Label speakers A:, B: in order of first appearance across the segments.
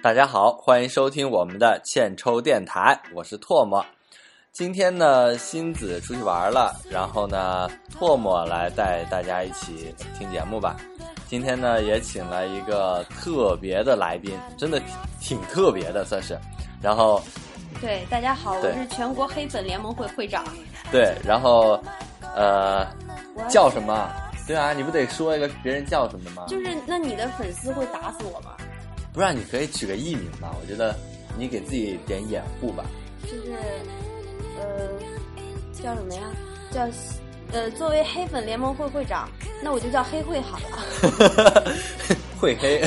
A: 大家好，欢迎收听我们的欠抽电台，我是唾沫。今天呢，新子出去玩了，然后呢，唾沫来带大家一起听节目吧。今天呢，也请了一个特别的来宾，真的挺特别的，算是。然后，
B: 对，大家好，我
A: 对
B: 是全国黑粉联盟会会长。
A: 对，然后，呃，
B: 我
A: 叫什么？对啊，你不得说一个别人叫什么吗？
B: 就是那你的粉丝会打死我吗？
A: 不然你可以取个艺名嘛，我觉得你给自己点掩护吧。
B: 就是呃，叫什么呀？叫呃，作为黑粉联盟会会长，那我就叫黑会好了。
A: 会黑，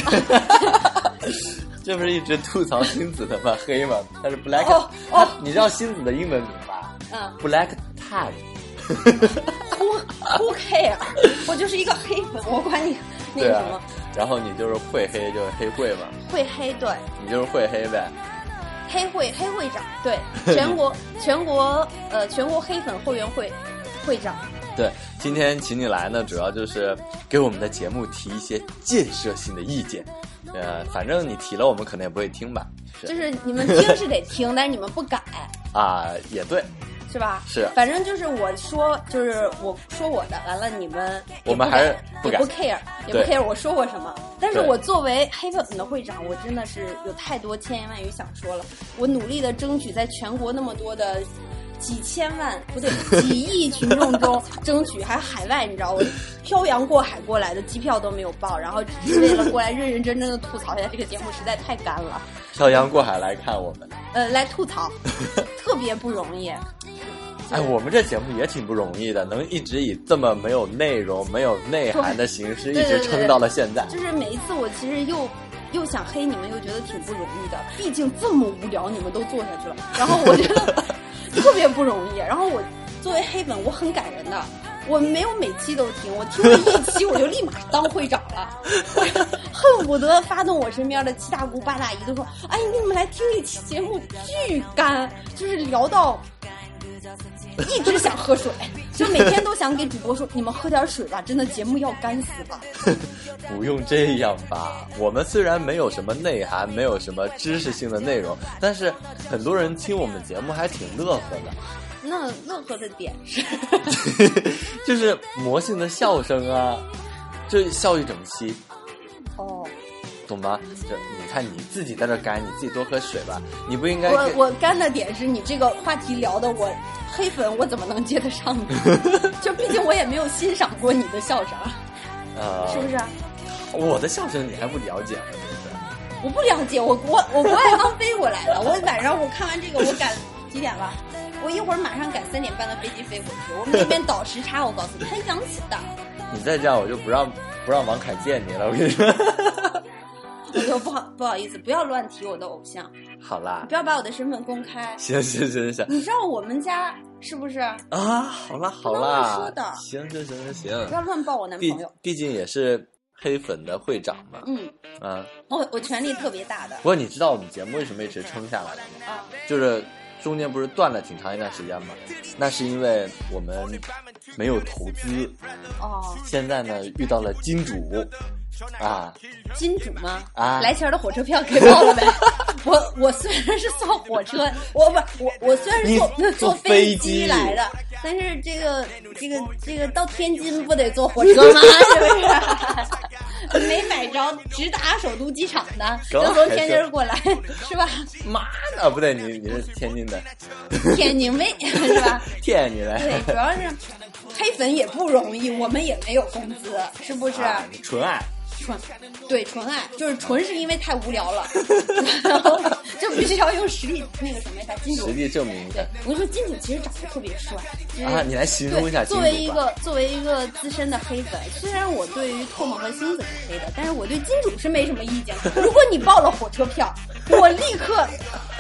A: 这不是一直吐槽星子的吗？黑吗？但是 black，、
B: 哦
A: 他你知道星子的英文名吧
B: 嗯
A: ？black tag，
B: ，Who Who care？我就是一个黑粉，我管你那
A: 对
B: 个什么、
A: 啊。然后你就是会黑，就是黑会嘛，
B: 会黑对。
A: 你就是会黑呗。
B: 黑会黑会长， 对，全国全国呃全国黑粉会员会会长，
A: 对，今天请你来呢，主要就是给我们的节目提一些建设性的意见。呃，反正你提了，我们可能也不会听吧。
B: 就是是你们听是得听，但是你们不改，
A: 啊、也对，
B: 是吧？
A: 是
B: 反正就是我说，就是我说我的，完了你们也
A: 我们
B: 不改
A: 还是不
B: 也
A: 改
B: 不 care，也不
A: 对
B: care 我说过什么。但是
A: 对
B: 我作为黑粉的会长，我真的是有太多千言万语想说了。我努力的争取在全国那么多的几千万不对几亿群众中争取，还海外你 知道我漂洋过海过来的机票都没有报，然后只是为了过来认认真真的吐槽一下这个节目，实在太干了。
A: 漂洋过海来看我们。
B: 呃，来吐槽 特别不容易。
A: 哎，我们这节目也挺不容易的，能一直以这么没有内容、没有内涵的形式，一
B: 对
A: 直
B: 对对
A: 撑到了现在。
B: 就是每一次我其实又又想黑你们，又觉得挺不容易的，毕竟这么无聊你们都做下去了，然后我觉得特别不容易。然后我作为黑粉，我很感人的。我没有每期都听，我听了一期我就立马当会长了， 我恨不得发动我身边的七大姑八大姨都说：“哎，你们来听一期节目，巨干，就是聊到一直想喝水，就每天都想给主播说，你们喝点水吧，真的节目要干死了。”
A: 不用这样吧，我们虽然没有什么内涵，没有什么知识性的内容，但是很多人听我们节目还挺乐呵的，
B: 那乐呵的点是，
A: 就是魔性的笑声啊，这笑一整期，
B: 哦，
A: 懂吗？这你看你自己在这干，你自己多喝水吧，你不应该
B: 我
A: 给
B: 我干的点是你这个话题聊的我黑粉我怎么能接得上呢？ 就毕竟我也没有欣赏过你的笑声，
A: 呃，
B: 是不是啊？
A: 我的笑声你还不了解吗？真是
B: 我不了解，我我我国外刚飞过来了，我晚上我看完这个我赶几点了？我一会儿马上赶三点半的飞机飞回去，我们那边倒时差，我告诉你，很洋气的，
A: 你再这样我就不让不让王凯见你了，我跟你说。
B: 我就不好不好意思，不要乱提我的偶像，啊
A: 好啦
B: 不，要把我的身份公开。
A: 行行行行
B: 你知道我们家是不是？
A: 啊，好啦好
B: 不能乱
A: 啦
B: 说的，
A: 行行行行
B: 不
A: 行，
B: 要乱报我男
A: 毕
B: 朋友。
A: 毕竟也是黑粉的会长嘛，
B: 嗯。
A: 啊，
B: 我我权力特别大的
A: 不过你知道我们节目为什么一直撑下来了吗？
B: 啊，
A: 就是中间不是断了挺长一段时间嘛，那是因为我们没有投资，
B: 哦，
A: 现在呢遇到了金主，啊，
B: 金主吗？
A: 啊
B: 来钱儿的火车票给报了呗。 我我虽然是坐火车，我不我我虽然是
A: 你
B: 坐
A: 坐
B: 坐
A: 飞
B: 飞
A: 机
B: 机来的，但是这个这个这个到天津不得坐火车吗？ 是不是？ 没买着直达首都机场的，
A: 刚
B: 能从
A: 还
B: 天津
A: 说
B: 儿过来是吧？
A: 妈的，不对，你你是天津的，
B: 天津卫 是吧？
A: 骗你嘞，
B: 对，主要是黑粉也不容易，我们也没有工资，是不是？
A: 啊， 纯爱。
B: 纯，对纯爱，就是纯是因为太无聊 了，然后就必须要用实力那个什么一下金主
A: 实。力证明一下
B: 对，我跟你说，金主其实长得特别帅，就是、
A: 啊！你来形容一下
B: 对
A: 金
B: 作
A: 主
B: 为一
A: 吧。
B: 个作为一个资深的黑粉，虽然我对于唾沫和星子是黑的，但是我对金主是没什么意见的。如果你报了火车票，我立刻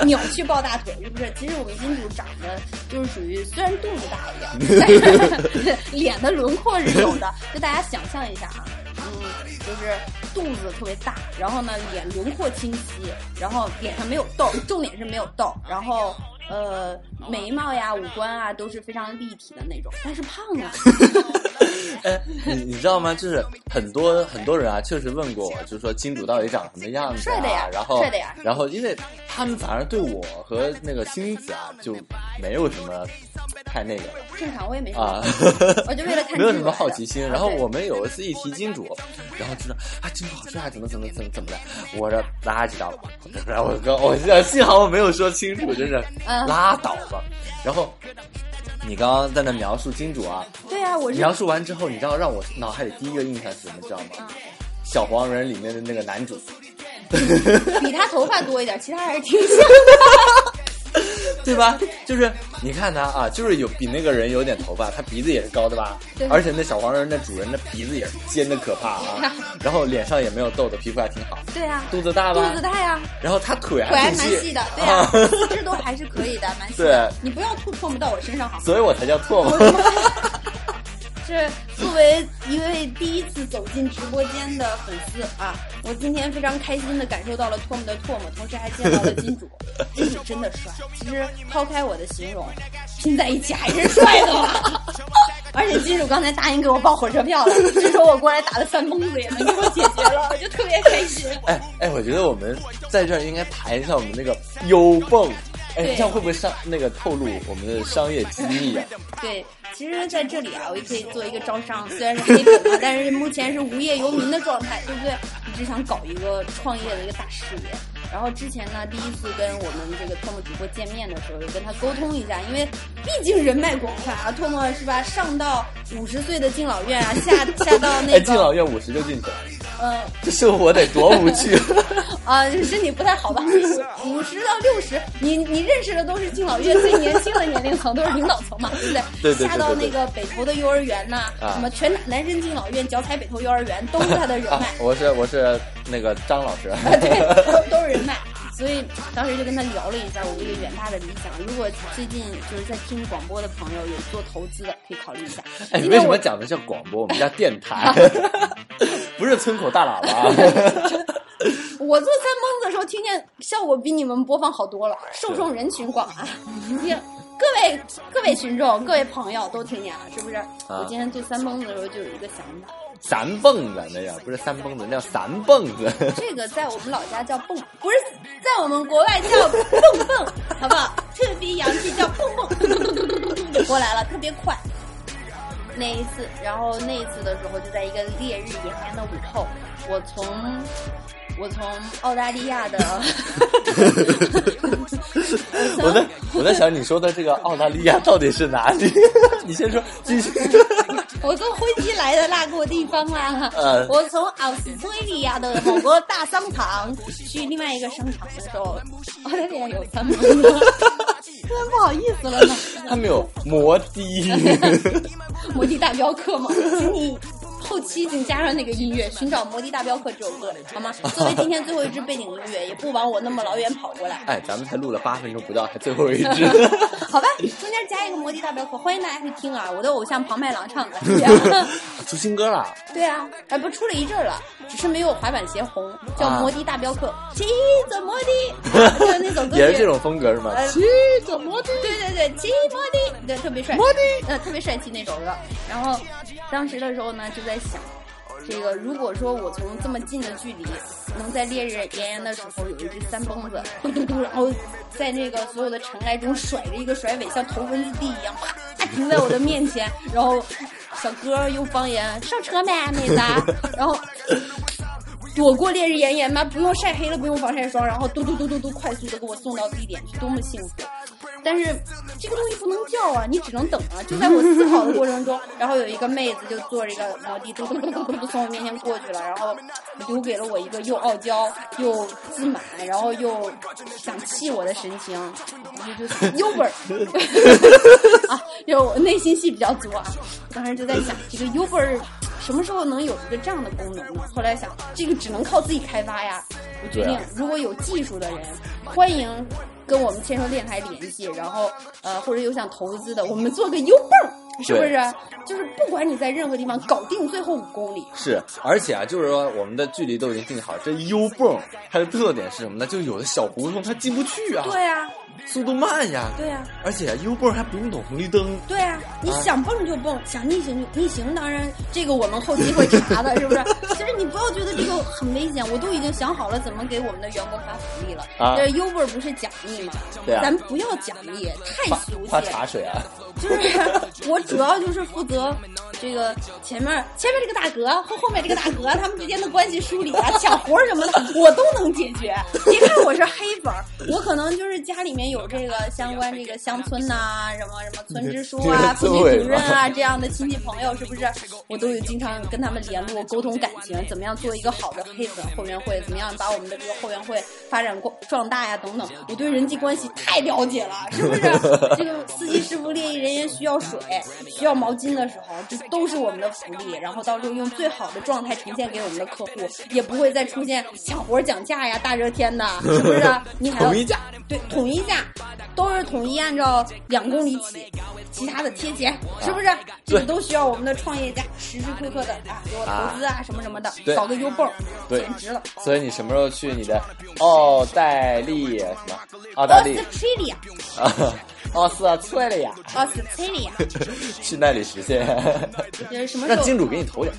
B: 扭去抱大腿，是不是？其实我们金主长得就是属于虽然肚子大一点，但是 脸的轮廓是有的。就大家想象一下啊，嗯，就是肚子特别大，然后呢脸轮廓清晰，然后脸上没有痘，重点是没有痘，然后。呃，眉毛呀、五官啊，都是非常立体的那种，但是胖啊，
A: 哎，你你知道吗？就是很多很多人啊，确实问过我，就是说金主到底长什么样子、啊？
B: 帅的呀
A: 然后
B: 帅的呀
A: 然后因为他们反而对我和那个星子啊，就没有什么太那个了。
B: 正常我也没什么，
A: 啊，
B: 我就为了 看
A: 没有什
B: 剧
A: 么
B: 来的
A: 好奇心。
B: 啊
A: 然后
B: 对
A: 我们有一次一提金主，然后就说啊，金主好帅啊，怎么怎么怎么怎么的，我这垃圾倒吧，然后我刚我幸幸好我没有说清楚，真是
B: 嗯
A: 拉倒吧。然后你刚刚在那描述金主啊，
B: 对啊，我是
A: 描述完之后，你知道让我脑海里第一个印象是什么，知道
B: 嗯
A: 吗？
B: 啊
A: 小黄人里面的那个男 主，
B: 比他头发多一点，其他还是挺像的。
A: 对吧？就是你看他啊，就是有比那个人有点头发，他鼻子也是高的吧
B: 对？
A: 而且那小黄人的主人的鼻子也是尖的可怕 啊，然后脸上也没有痘痘，皮肤还挺好，
B: 对啊，
A: 肚子大吧？
B: 肚子大呀，
A: 然后他腿
B: 腿还
A: 还挺
B: 蛮细的，对
A: 啊
B: 啊，四肢都还是可以的，蛮细的
A: 对。
B: 你不要吐唾沫到我身上好 吗？
A: 所以我才叫唾沫。
B: 是作为一位第一次走进直播间的粉丝啊，我今天非常开心的感受到了唾沫的唾沫，同时还见到了金主，金主真的帅。其实抛开我的形容，拼在一起还是帅的嘛。而且金主刚才答应给我报火车票了，这时候我过来打的三蹦子也能给我解决了，我就特别开心。
A: 哎哎，我觉得我们在这儿应该排一下我们那个优蹦。哎，
B: 对
A: 这样会不会商那个透露我们的商业机密啊？
B: 对，其实在这里啊，我也可以做一个招商，虽然是黑粉嘛，但是目前是无业游民的状态，对不对？一直想搞一个创业的一个大事业。然后之前呢，第一次跟我们这个唾沫主播见面的时候，有跟他沟通一下，因为毕竟人脉广泛啊，唾沫是吧？上到五十岁的敬老院啊，下下到 那
A: 哎，敬老
B: 个，
A: 院五十就进去了，
B: 呃
A: 这生活得多无趣。
B: 啊，身体不太好吧？
A: 啊
B: 五十到六十，你你认识的都是敬老院最年轻的年龄层，都是领导层嘛，对不对？
A: 对对对对对
B: 下到那个北投的幼儿园呐、
A: 啊
B: 什么全打南山敬老院、脚踩北投幼儿园，都是他的人
A: 啊
B: 脉，，
A: 我是我是那个张 老师。哎
B: 对， 都都是人脉。所以当时就跟他聊了一下我这个远大的理想。如果最近就是在听广播的朋友有做投资的，可以考虑一下。
A: 哎，你为
B: 今天
A: 什
B: 我
A: 么讲的像广播？我们叫电台， 不是村口大喇叭啊。
B: 我做三蹦子的时候，听见效果比你们播放好多了，受众人群广啊！也各位各位群众、各位朋友都听见了，是不是？我今天做三蹦子的时候就有一个想法，
A: 三蹦子那叫不是三蹦子，那叫三蹦 子。
B: 这个在我们老家叫蹦，不是在我们国外叫蹦蹦，好不好？特别洋气，叫蹦蹦，就过来了，特别快。那一次，然后那一次的时候，就在一个烈日炎炎的午后，我从我从澳大利亚的
A: 我在我在想你说的这个澳大利亚到底是哪里？ 你先说，继续。
B: 我从飞机来的那个地方啦、
A: 嗯
B: 我从澳大利亚的某个大商场去另外一个商场的时候，澳大利亚有三 蹦子，突然不好意思了呢。
A: 他们有摩的，
B: 摩的大镖客嘛，请你后期请加上那个音乐，寻找《摩的大镖客》这首歌，好吗？作为今天最后一支背景音乐，也不枉我那么老远跑过 来。
A: 哎，咱们才录了八分钟不到，还最后一 支。
B: 好吧，中间加一个《摩的大镖客》，欢迎大家去听啊！我的偶像庞麦郎唱的。
A: 出新歌了，
B: 对啊，哎，不出了一阵儿了，只是没有滑板鞋红，叫
A: 啊
B: 《摩的大镖客》， 骑着摩的，就是那首歌
A: 也是这种风格是吗？
B: 呃，骑着摩的，对对对，骑摩的，对，特别帅，摩的，呃，特别帅气那首歌。然后当时的时候呢，就在想，这个如果说我从这么近的距离，能在烈日炎炎的时候有一只三蹦子， 嘟嘟嘟，然后在那个所有的尘埃中甩着一个甩尾，像投蚊子地一样，啪停在我的面前，然后小哥用方言上车没，妹子啊，然后。躲过烈日炎炎吗？不用晒黑了，不用防晒霜，然后嘟嘟嘟嘟嘟快速的给我送到地点去，多么幸福！但是这个东西不能叫啊，你只能等啊。就在我思考的过程中，然后有一个妹子就坐着一个摩的嘟嘟嘟嘟嘟嘟从我面前过去了，然后留给了我一个又傲娇又自满，然后又想气我的神情，我就就优本儿啊，就我内心戏比较足啊。当时就在想，这个优本儿什么时候能有一个这样的功能呢？后来想，这个只能靠自己开发呀。我决
A: 对
B: 定
A: 啊，
B: 如果有技术的人，欢迎跟我们千手电台联系，然后呃，或者有想投资的，我们做个 U 泵儿，是不是？就是不管你在任何地方搞定最后五公里，
A: 是，而且啊，就是说我们的距离都已经定好，这 U 泵它的特点是什么呢？就有的小胡同它进不去啊，
B: 对呀、
A: 速度慢呀，
B: 对呀、啊
A: 而且 U 泵还不用等红绿灯，
B: 对呀、你想蹦就蹦，想逆行就逆行。当然，这个我们后期会查的，是不是？其实你不要觉得这个很危险，我都已经想好了怎么给我们的员工发福利了。
A: 啊
B: 这 Uber 不是奖励吗？
A: 对啊
B: 咱不要奖励，太
A: 发
B: 俗
A: 发
B: 气。
A: 茶水啊，
B: 就是我主要就是负责这个前面前面这个大哥和后面这个大哥他们之间的关系梳理啊、抢活儿什么的，我都能解决。别看我是黑粉儿，我可能就是家里面有这个相关这个乡村呐、什么什么村支书啊、
A: 你这
B: 村
A: 你这自
B: 级
A: 卫
B: 主任
A: 吧
B: 啊这样的亲戚朋友，是不是？我都有经常跟他们联络沟通感情，怎么样做一个好的黑粉后援会，怎么样把我们的这个后援会发展过壮大呀等等。我对人际关系太了解了，是不是？这个司机师傅烈一人员需要水、需要毛巾的时候，这都是我们的福利。然后到时候用最好的状态呈现给我们的客户，也不会再出现抢活讲价呀，大热天的，是不是？你还要
A: 统一价，
B: 对，统一价都是统一按照两公里起，其他的贴钱，是不是？这个都需要我们的创业家时时刻刻的啊，给我投资啊，什么什么的
A: 对，
B: 搞个优泵，
A: 对
B: 简直了。
A: 所以你什么时候去你的奥黛丽什么澳大利
B: Australia，
A: 啊，奥斯翠利亚，
B: Australia，
A: 去那里实现，
B: 就是什么 时
A: 让
B: 候？
A: 金主给你投点，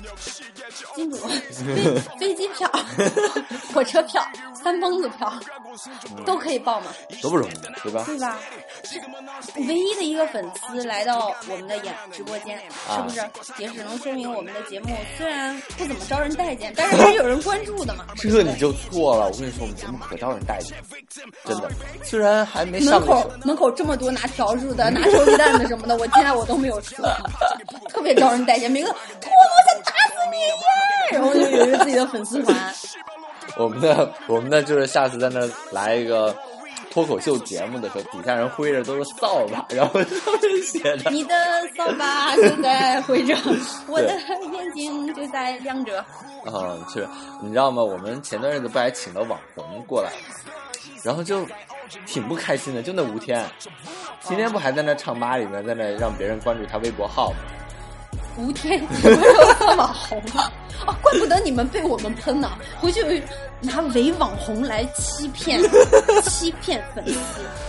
B: 金主飞飞机票、 火车票、三蹦子票
A: 嗯
B: 都可以报嘛，
A: 多不容易，啊对吧？
B: 对吧？是唯一的一个粉丝来到我们的演直播间，是不是？也只能说明我们的节目虽然不怎么招人待见，但是还是有人关注的嘛。
A: 这你就错了，我跟你说，我们节目可招人待见，真的。虽然还没上
B: 门
A: 过
B: 口
A: 手，
B: 门口这么多拿笤帚的、拿手榴弹的什么的，我进来我都没有吃， 特别招人待见。每个脱毛想打死你耶！然后就有一个自己的粉丝团，
A: 我们的 我们的就是下次在那儿来一个脱口秀节目的时候，底下人挥着都是扫把， 然后上面写着
B: 你的扫把就在挥着，我的眼睛就在亮着。
A: 啊、是你知道吗？我们前段日子不还请了网红过来吗？然后就挺不开心的，就那吴天，今天不还在那唱吧里面，在那让别人关注他微博号吗？
B: 吴天什么时候算网红了？啊，怪不得你们被我们喷呢、回去拿伪网红来欺骗欺骗粉丝，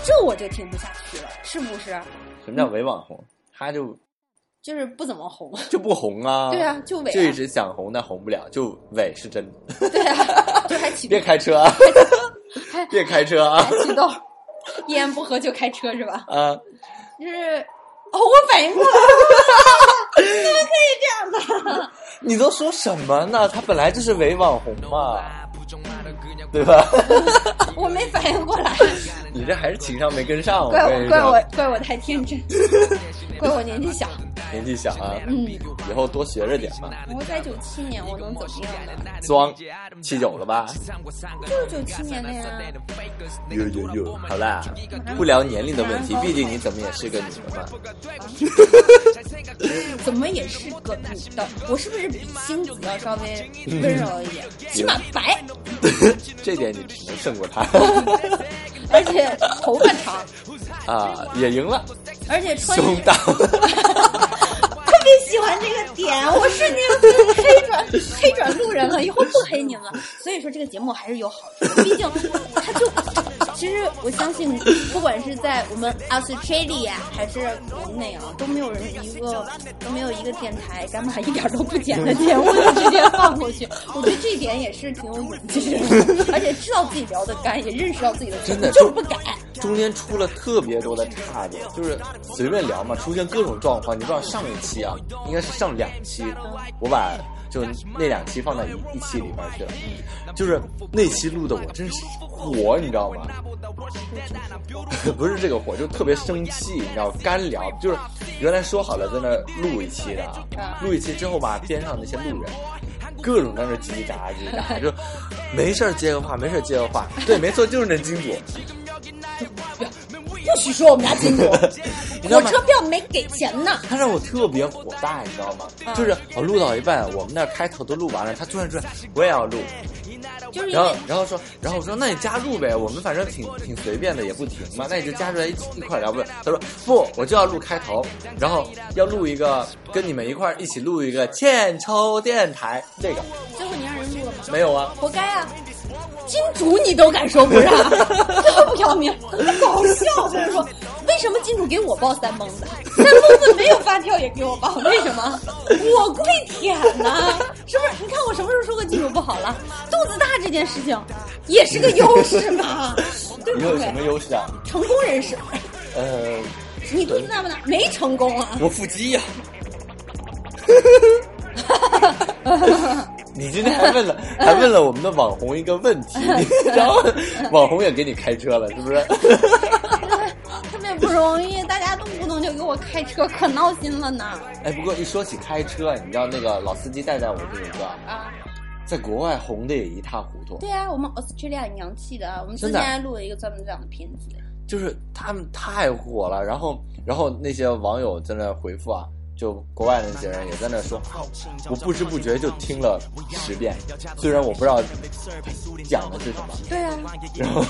B: 这我就听不下去了，是不是？
A: 什么叫伪网红？他就
B: 就是不怎么红。
A: 就不红啊，
B: 对啊，就伪、
A: 就一
B: 啊，
A: 直想红但红不了，就伪是真的。
B: 对啊，就还起
A: 别开车啊！
B: 还
A: 别开车啊！
B: 还起痘，一言不合就开车是吧？
A: 啊，
B: 就是哦，我反应过 来了，
A: 你都说什么呢？他本来就是伪网红嘛，对吧？
B: 我没反应过来，
A: 你这还是情商没跟上，我
B: 怪
A: 跟
B: 我
A: 你
B: 怪
A: 说，
B: 我怪我太天真， 怪我年纪小。
A: 年纪小啊，
B: 嗯，
A: 以后多学着点嘛。
B: 我在九七年，我能怎么样呢？
A: 装七九了吧？
B: 就是九七年的啊呀，
A: 有有有，好啦，不聊年龄的问题，毕竟你怎么也是个女的嘛。
B: 怎么也是个女的，我是不是比星子要稍微温柔一点？起码白，
A: 这点你只能胜过她
B: 而且头发长，
A: 啊，也赢了，
B: 而且穿
A: 胸大。
B: 特别喜欢这个点，我瞬间就黑转黑转路人了，以后不黑您了。所以说这个节目还是有好处，毕竟它就其实我相信，不管是在我们 Australia 还是国内啊，都没有人一个都没有一个电台敢把一点都不剪的节目就直接放过去。我觉得这一点也是挺有勇气的，而且知道自己聊的干，也认识到自己的错
A: 真的
B: 就是不改。
A: 中间出了特别多的岔子，就是随便聊嘛，出现各种状况。你知道上一期啊，应该是上两期，我把就那两期放到一一期里面去了，就是那期录的我真是火，你知道吗？不是这个火，就特别生气，你知道，干聊就是原来说好了在那儿录一期的啊，录一期之后吧，边上那些路人。各种在那儿叽叽喳喳叽叽喳喳，就没事儿接个话，没事儿接个话。对，没错，就是那金主。
B: 不许说我们家金主，
A: 你知道
B: 火
A: 吗
B: 车票没给钱呢。
A: 他让我特别火大，你知
B: 嗯嗯
A: 道吗？就是我录到一半，我们那儿开头都录完了，他突然说我也要录，
B: 就是因
A: 然后
B: 为，
A: 然后说，然后我说，那你加入呗，我们反正挺挺随便的，也不停嘛，那你就加入来一起一块儿聊呗。他说不，我就要录开头，然后要录一个跟你们一块儿一起录一个欠抽电台，这个
B: 最后你让人录了吗？
A: 没有啊？
B: 活该啊！金主你都敢说不让， 这不要命，搞笑！就是 说，为什么金主给我报三蹦子，三蹦子没有发票也给我 报？为什么？我跪舔呐、 是不是？你看我什么时候说过金主不好了？肚子大这件事情也是个优势 嘛，对不
A: 你有什么
B: 对？
A: 优势啊？
B: 成功人士，
A: 呃，
B: 你肚子大不大？没成功啊！
A: 我腹肌呀、你今天还问了，还问了我们的网红一个问题，然后网红也给你开车了，是 不是？
B: 特别不容易，大家动不动就给我开车，可闹心了呢。
A: 哎，不过一说起开车，啊你知道那个老司机带带我这首歌啊，
B: 啊。
A: 在国外红的也一塌糊涂，
B: 对啊，我们 Australia 很洋气的啊，我们之
A: 真的
B: 前
A: 啊
B: 还录了一个专门这样的片子。
A: 就是他们太火了。然后，然后那些网友在那回复啊，就国外那些人也在那说，我不知不觉就听了十遍，虽然我不知道讲的是什么。
B: 对啊，
A: 然后，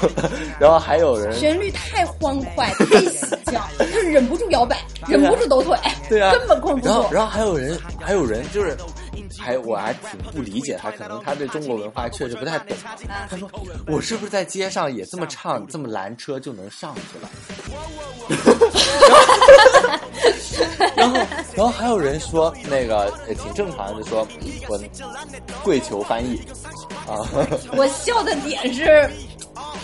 A: 然后还有人，
B: 旋律太欢快，太喜庆，就忍不住摇摆，忍不住抖腿，
A: 对啊，
B: 根本控制
A: 然
B: 不
A: 后，
B: 住。
A: 然后还有人，还有人就是。还我还挺不理解他，可能他对中国文化确实不太懂。他说：“我是不是在街上也这么唱，这么拦车就能上去了？” 然后，然后还有人说那个呃挺正常的，就说我跪求翻译啊，
B: 我笑的点是。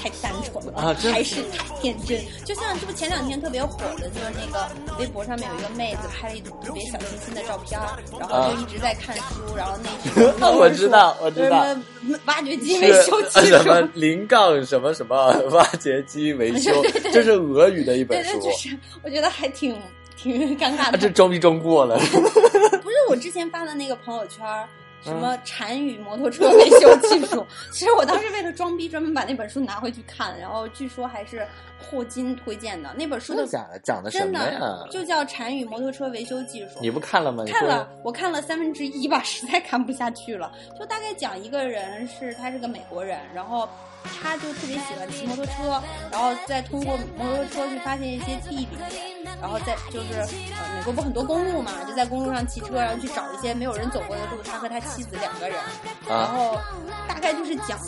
B: 太单纯了，
A: 啊真
B: 还是太天真。就像这不前两天特别火的，就是那个微博上面有一个妹子拍了一组特别小清新的照片儿，然后就一直在看书，然后那天
A: 啊 我知道我知道
B: 什么挖掘机 维
A: 是
B: 修技
A: 什
B: 术，
A: 么零杠什么什么挖掘机维修
B: 对对，对
A: 这是俄语的一本
B: 对
A: 书
B: 对，，就是我觉得还挺挺尴尬
A: 啊，
B: 的。
A: 这装逼装过 了。
B: 不是我之前发的那个朋友圈儿，
A: 嗯
B: 什么禅语摩托车维修技术，其实我当时为了装逼，专门把那本书拿回去看，然后据说还是霍金推荐的那本书
A: 真的
B: 的，
A: 假的？讲的什
B: 真
A: 么
B: 的
A: 呀？
B: 就叫《禅语摩托车维修技术》。
A: 你不看了吗？你
B: 看
A: 说
B: 了，我看了三分之一吧， 实在看不下去了。就大概讲一个人是，他是个美国人，然后他就特别喜欢骑摩托车，然后再通过摩托车去发现一些地理，然后再就是呃，美国不很多公路嘛，就在公路上骑车，然后去找一些没有人走过的路。他和他妻子两个人，然
A: 啊，
B: 后大概就是讲，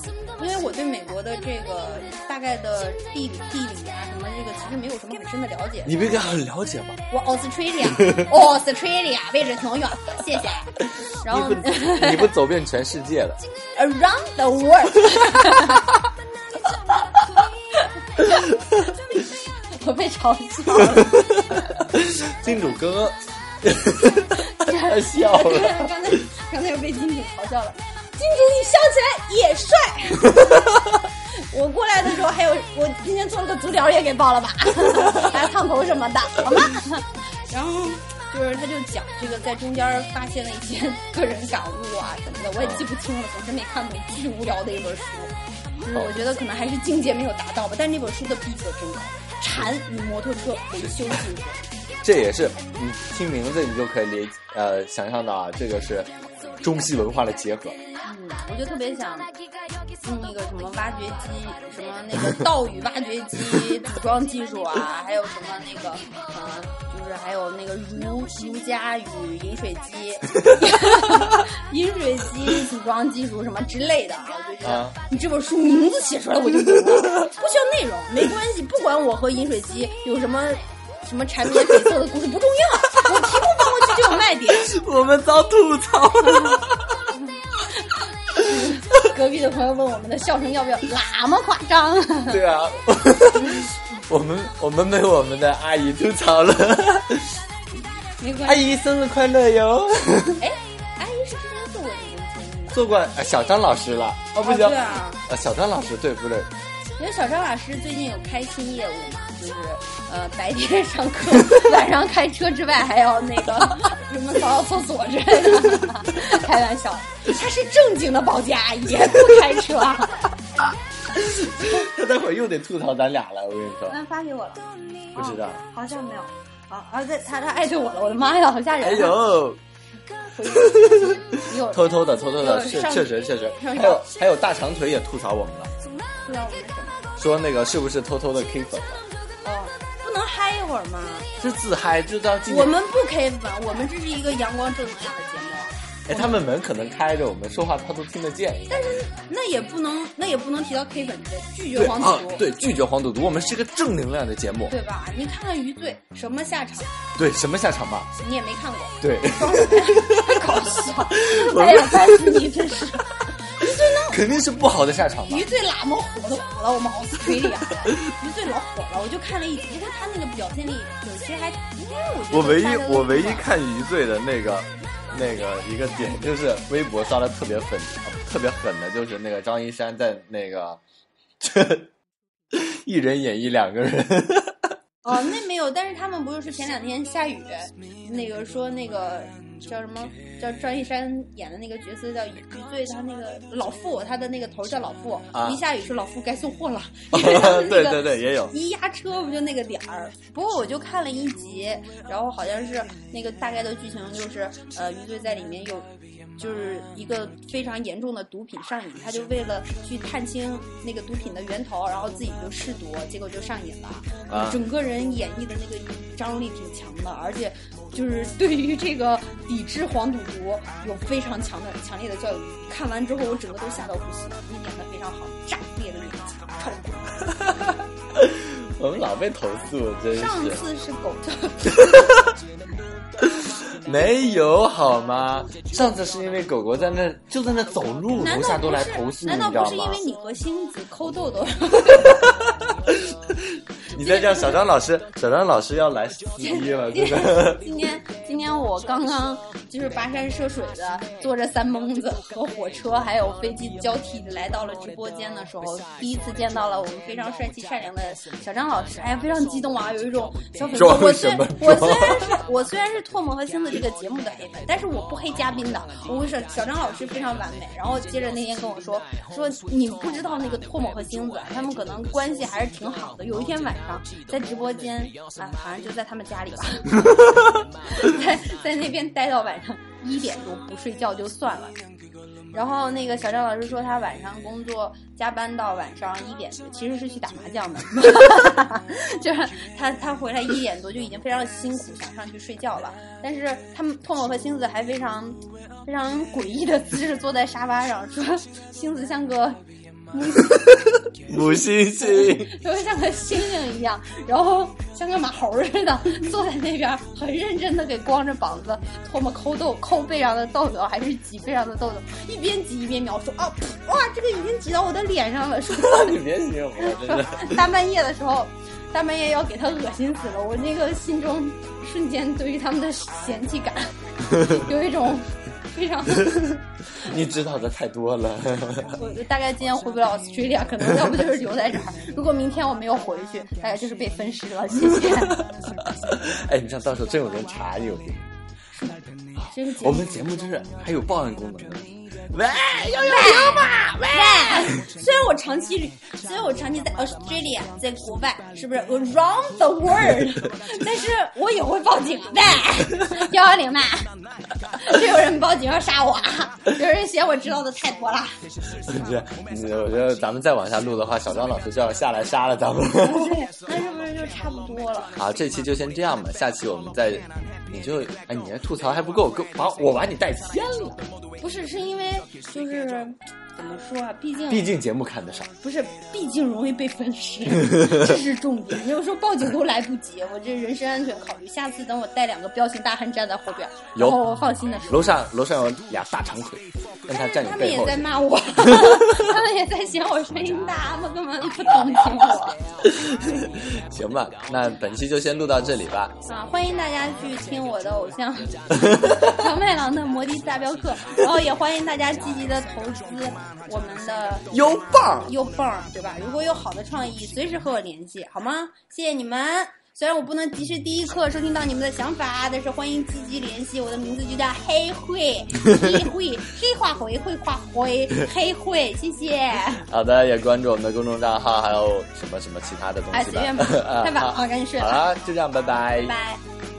B: 因为我对美国的这个大概的地理地理啊什么这个其实没有什么很深的了解。
A: 你别给很了解吗？
B: 我 Australia，Australia 位置挺远的，谢谢。然后
A: 你不你不走遍全世界了？
B: around the world，我被嘲笑了，
A: 金主哥 他笑了。
B: 刚才刚才又被金主嘲笑了。金主，你笑起来也帅。 我过来的时候还有，我今天做了个足疗也给报了吧， 还有烫头什么的，好吗？ 然后就是他就讲这个在中间儿发现了一些个人感悟啊什么的，我也记不清了，总之没看懂，巨无聊的一本书。就是
A: 哦
B: 我觉得可能还是境界没有达到吧，但那本书的逼格真高，《禅与摩托车维修技术》。
A: 这也是你听名字你就可以理呃想象到啊，这个是中西文化的结合。
B: 嗯，我就特别想用那个什么挖掘机，什么那个道语挖掘机组装技术啊，还有什么那个呃，就是还有那个儒儒家与饮水机、 饮水机组装技术什么之类的啊，我就觉得
A: 啊
B: 你这本书名字写出来我就读了，不需要内容，没关系，不管我和饮水机有什么。什么缠绵悱恻的故事不重要，我题目放过去就有卖点。
A: 我们遭吐槽了。
B: 隔壁的朋友问我们的笑声要不要那么夸 张？
A: 对啊，我们我们被我们的阿姨吐槽了。
B: 没
A: 阿
B: 关系，
A: 姨生日快乐哟！
B: 哎，阿姨是之前做过这个节目的，
A: 做过、呃小张老师了哦，不行，
B: 哦对啊
A: 呃小张老师对不对？
B: 因为小张老师最近有开新业务嘛，就是呃白天上课，晚上开车之外还要那个什么扫扫厕所之类的，开玩笑，她是正经的保洁阿姨，不开车。啊
A: 他待会儿又得吐槽咱俩了，我跟你说，
B: 那发给我了，
A: 不知道。
B: 哦好像没有。啊啊！在他他艾特我了，我的妈呀，好吓人！
A: 哎，呦，
B: 回忆你有
A: 偷偷的，偷偷的，
B: 就是哦上
A: 确实确实，
B: 上
A: 还有还有大长腿也吐槽我们了，
B: 知道我们什么？
A: 说那个是不是偷偷的 K 粉了？
B: 哦，不能嗨一会儿吗？
A: 是自嗨，就当今
B: 我
A: 年
B: 们不 K 粉，我们这是一个阳光正能量的节目，啊
A: 哎，他们门可能开着，我们说话他都听得见。
B: 但是那也不能，那也不能提到 K 粉之类，拒
A: 对
B: 绝黄赌
A: 啊
B: 毒、，
A: 对，拒绝黄赌毒，我们是个正能量的节目。
B: 对吧？你看看余罪什么下场，
A: 对，什么下场吧？
B: 你也没 看过，
A: 对，
B: 太搞笑，哎呀，告诉你真是。
A: 肯定是不好的下场吧
B: 余？罪喇嘛火都火了，我们奥斯推里啊，余罪老火了，我就看了一集，不过他那个表现力有些还，因为我觉得
A: 我唯一
B: 大家都
A: 我唯一
B: 知道
A: 看余罪的那个那个一个点，就是微博刷的特别粉、特别狠的，就是那个张一山在那个 一人演绎两个 人，
B: 哦，那没有，但是他们不是前两天下雨，那个说那个叫什么叫张一山演的那个角色叫余罪，他那个老傅，他的那个头叫老傅，
A: 啊哦
B: 一下雨说老傅该送货了，
A: 对对对，也有。
B: 一压车不就那个点儿？不过我就看了一集，然后好像是那个大概的剧情就是，呃，余罪在里面有。就是一个非常严重的毒品上瘾，他就为了去探清那个毒品的源头，然后自己就试毒，结果就上瘾了。
A: 啊
B: 整个人演绎的那个张力挺强的，而且就是对于这个抵制黄赌毒有非常强的强烈的教育。看完之后，我整个都吓到不行，你演的非常好，炸裂的眼睛，超过。
A: 我们老被投诉，真是
B: 上次是 狗叫，
A: 没有好吗？上次是因为狗狗在那就在那走路，
B: 难
A: 楼
B: 道
A: 下
B: 不
A: 都
B: 是？
A: 来投诉，你
B: 难
A: 知道
B: 道不是因
A: 吗
B: 为？你和星子抠痘痘？
A: 你再这样，小张老师，小张老师要来撕逼了， 真的。
B: 今天今天我刚刚就是跋山涉水的，坐着三蹦子和火车还有飞机交替的来到了直播间的时候，第一次见到了我们非常帅气善良的小张老师，哎呀，非常激动啊，有一种小粉丝。
A: 装
B: 我虽
A: 什么
B: 我虽
A: 装
B: 然是我虽然是唾沫和星子这个节目的黑粉，但是我不黑嘉宾的。我跟你说，小张老师非常完美。然后接着那天跟我说说你不知道那个唾沫和星子，啊他们可能关系还是挺好的。有一天晚上在直播间啊，好像就在他们家里吧。 在在那边待到晚上一点钟不睡觉就算了。然后那个小张老师说，他晚上工作加班到晚上一点多，其实是去打麻将的， 就是他他回来一点多就已经非常辛苦，想上去睡觉了。但是他们唾沫和星子还非常非常诡异的姿势坐在沙发上，说星子像个
A: 母猩猩，
B: 就像个猩猩一样，然后像个马猴似的坐在那边儿，很认真的给光着膀子唾沫抠痘，抠背上的痘痘还是挤背上的痘痘，一边挤一边描述啊，噗哇，这个已经挤到我的脸上了，说
A: 你别学我，真的。
B: 大半夜的时候，大半夜要给他恶心死了，我那个心中瞬间对于他们的嫌弃感有一种非常。
A: 你知道的太多了。
B: 我大概今天回不了 Australia，可能要不就是留在这儿。如果明天我没有回去，大概就是被分尸了。谢谢。
A: 哎，你想到时候真有人查你有病。
B: 这个节
A: 我
B: 目
A: 们节目就是还有报案功能的。 喂，
B: 哎
A: 要有
B: 虽然我长期，虽然我长期在 Australia，在国外，是不是 around the world？但 是我也会报警的，幺幺零嘛，这有人报警要杀我啊！有人嫌我知道的太多了，
A: 这，我觉得咱们再往下录的话，小张老师就要下来杀了咱们。
B: 对，那是不是就差不多了？
A: 好，这期就先这样吧，下期我们再，你就哎，你这吐槽还不够，够把我把你带偏了。
B: 不是，是因为就是怎么说啊？毕竟
A: 毕竟节目看得少，
B: 不是，毕竟容易被 分尸，这是重点。有时候报警都来不及，我这人身安全考虑，下次等我带两个彪形大汉站在后边，
A: 有
B: 然后我放心的说。
A: 楼上楼上有俩大长腿，让他站你
B: 他们
A: 背
B: 也
A: 后去。
B: 在 骂我，他们也在嫌我声音大，他们根本不同情我。
A: 行吧，那本期就先录到这里吧。
B: 啊，欢迎大家去听我的偶 像小麦郎的《摩的大镖客》，然后也欢迎大家积极的投资我们的
A: 优棒，
B: 又棒儿，对吧？如果有好的创意，随时和我联系，好吗？谢谢你们。虽然我不能及时第一刻收听到你们的想法，但是欢迎积极联系。我的名字就叫黑会， 黑会，黑化回，会化回，黑会，谢 谢。
A: 好的，也关注我们的公众账号，还有什么什么其他的东
B: 哎，
A: 西
B: 随
A: 吧。 ，
B: 便吧
A: 啊
B: 太晚
A: 好
B: 了，赶紧睡
A: 好啊
B: 了，
A: 啦，就这样，拜拜
B: 拜拜。